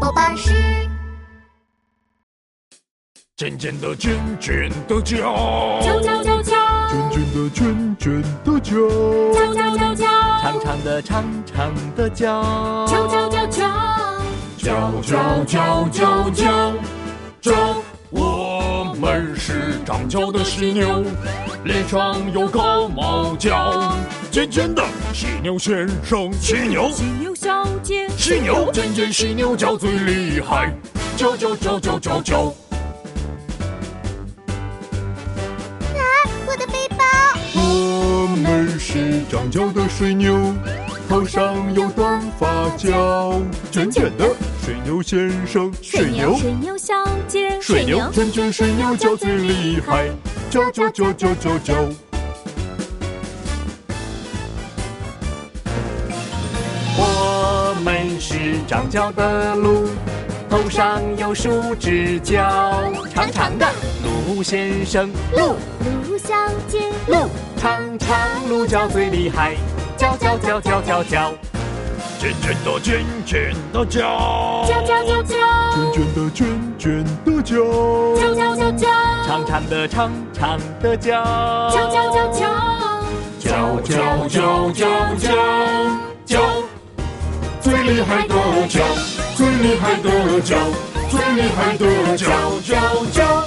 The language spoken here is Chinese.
老师，尖尖的尖尖的角，敲敲敲敲，尖尖的尖尖的角，敲敲敲敲，长长的长长的脚，敲敲敲敲，角角角角角角，我们是长角的犀牛，脸上有高毛角，尖尖的犀牛先生，犀牛犀牛小姐，犀牛，尖尖犀牛角最厉害，角角角角角角。啊，我的背包，我们是长角的水牛，头上有短发角，卷卷的水牛先生，水牛，水牛小姐，水牛，卷卷水牛角最厉害，角角角角角角。我们是长角的鹿，头上有树枝角，长长的鹿先生，鹿鹿小姐，鹿，长长鹿角最厉害，角角角角角角。尖尖的尖尖的角，敲敲敲敲，尖尖的尖尖的角，敲敲敲敲，长长的长长的脚，敲敲敲敲，角角角角角角，最厉害的角，最厉害的角，最厉害的角角角。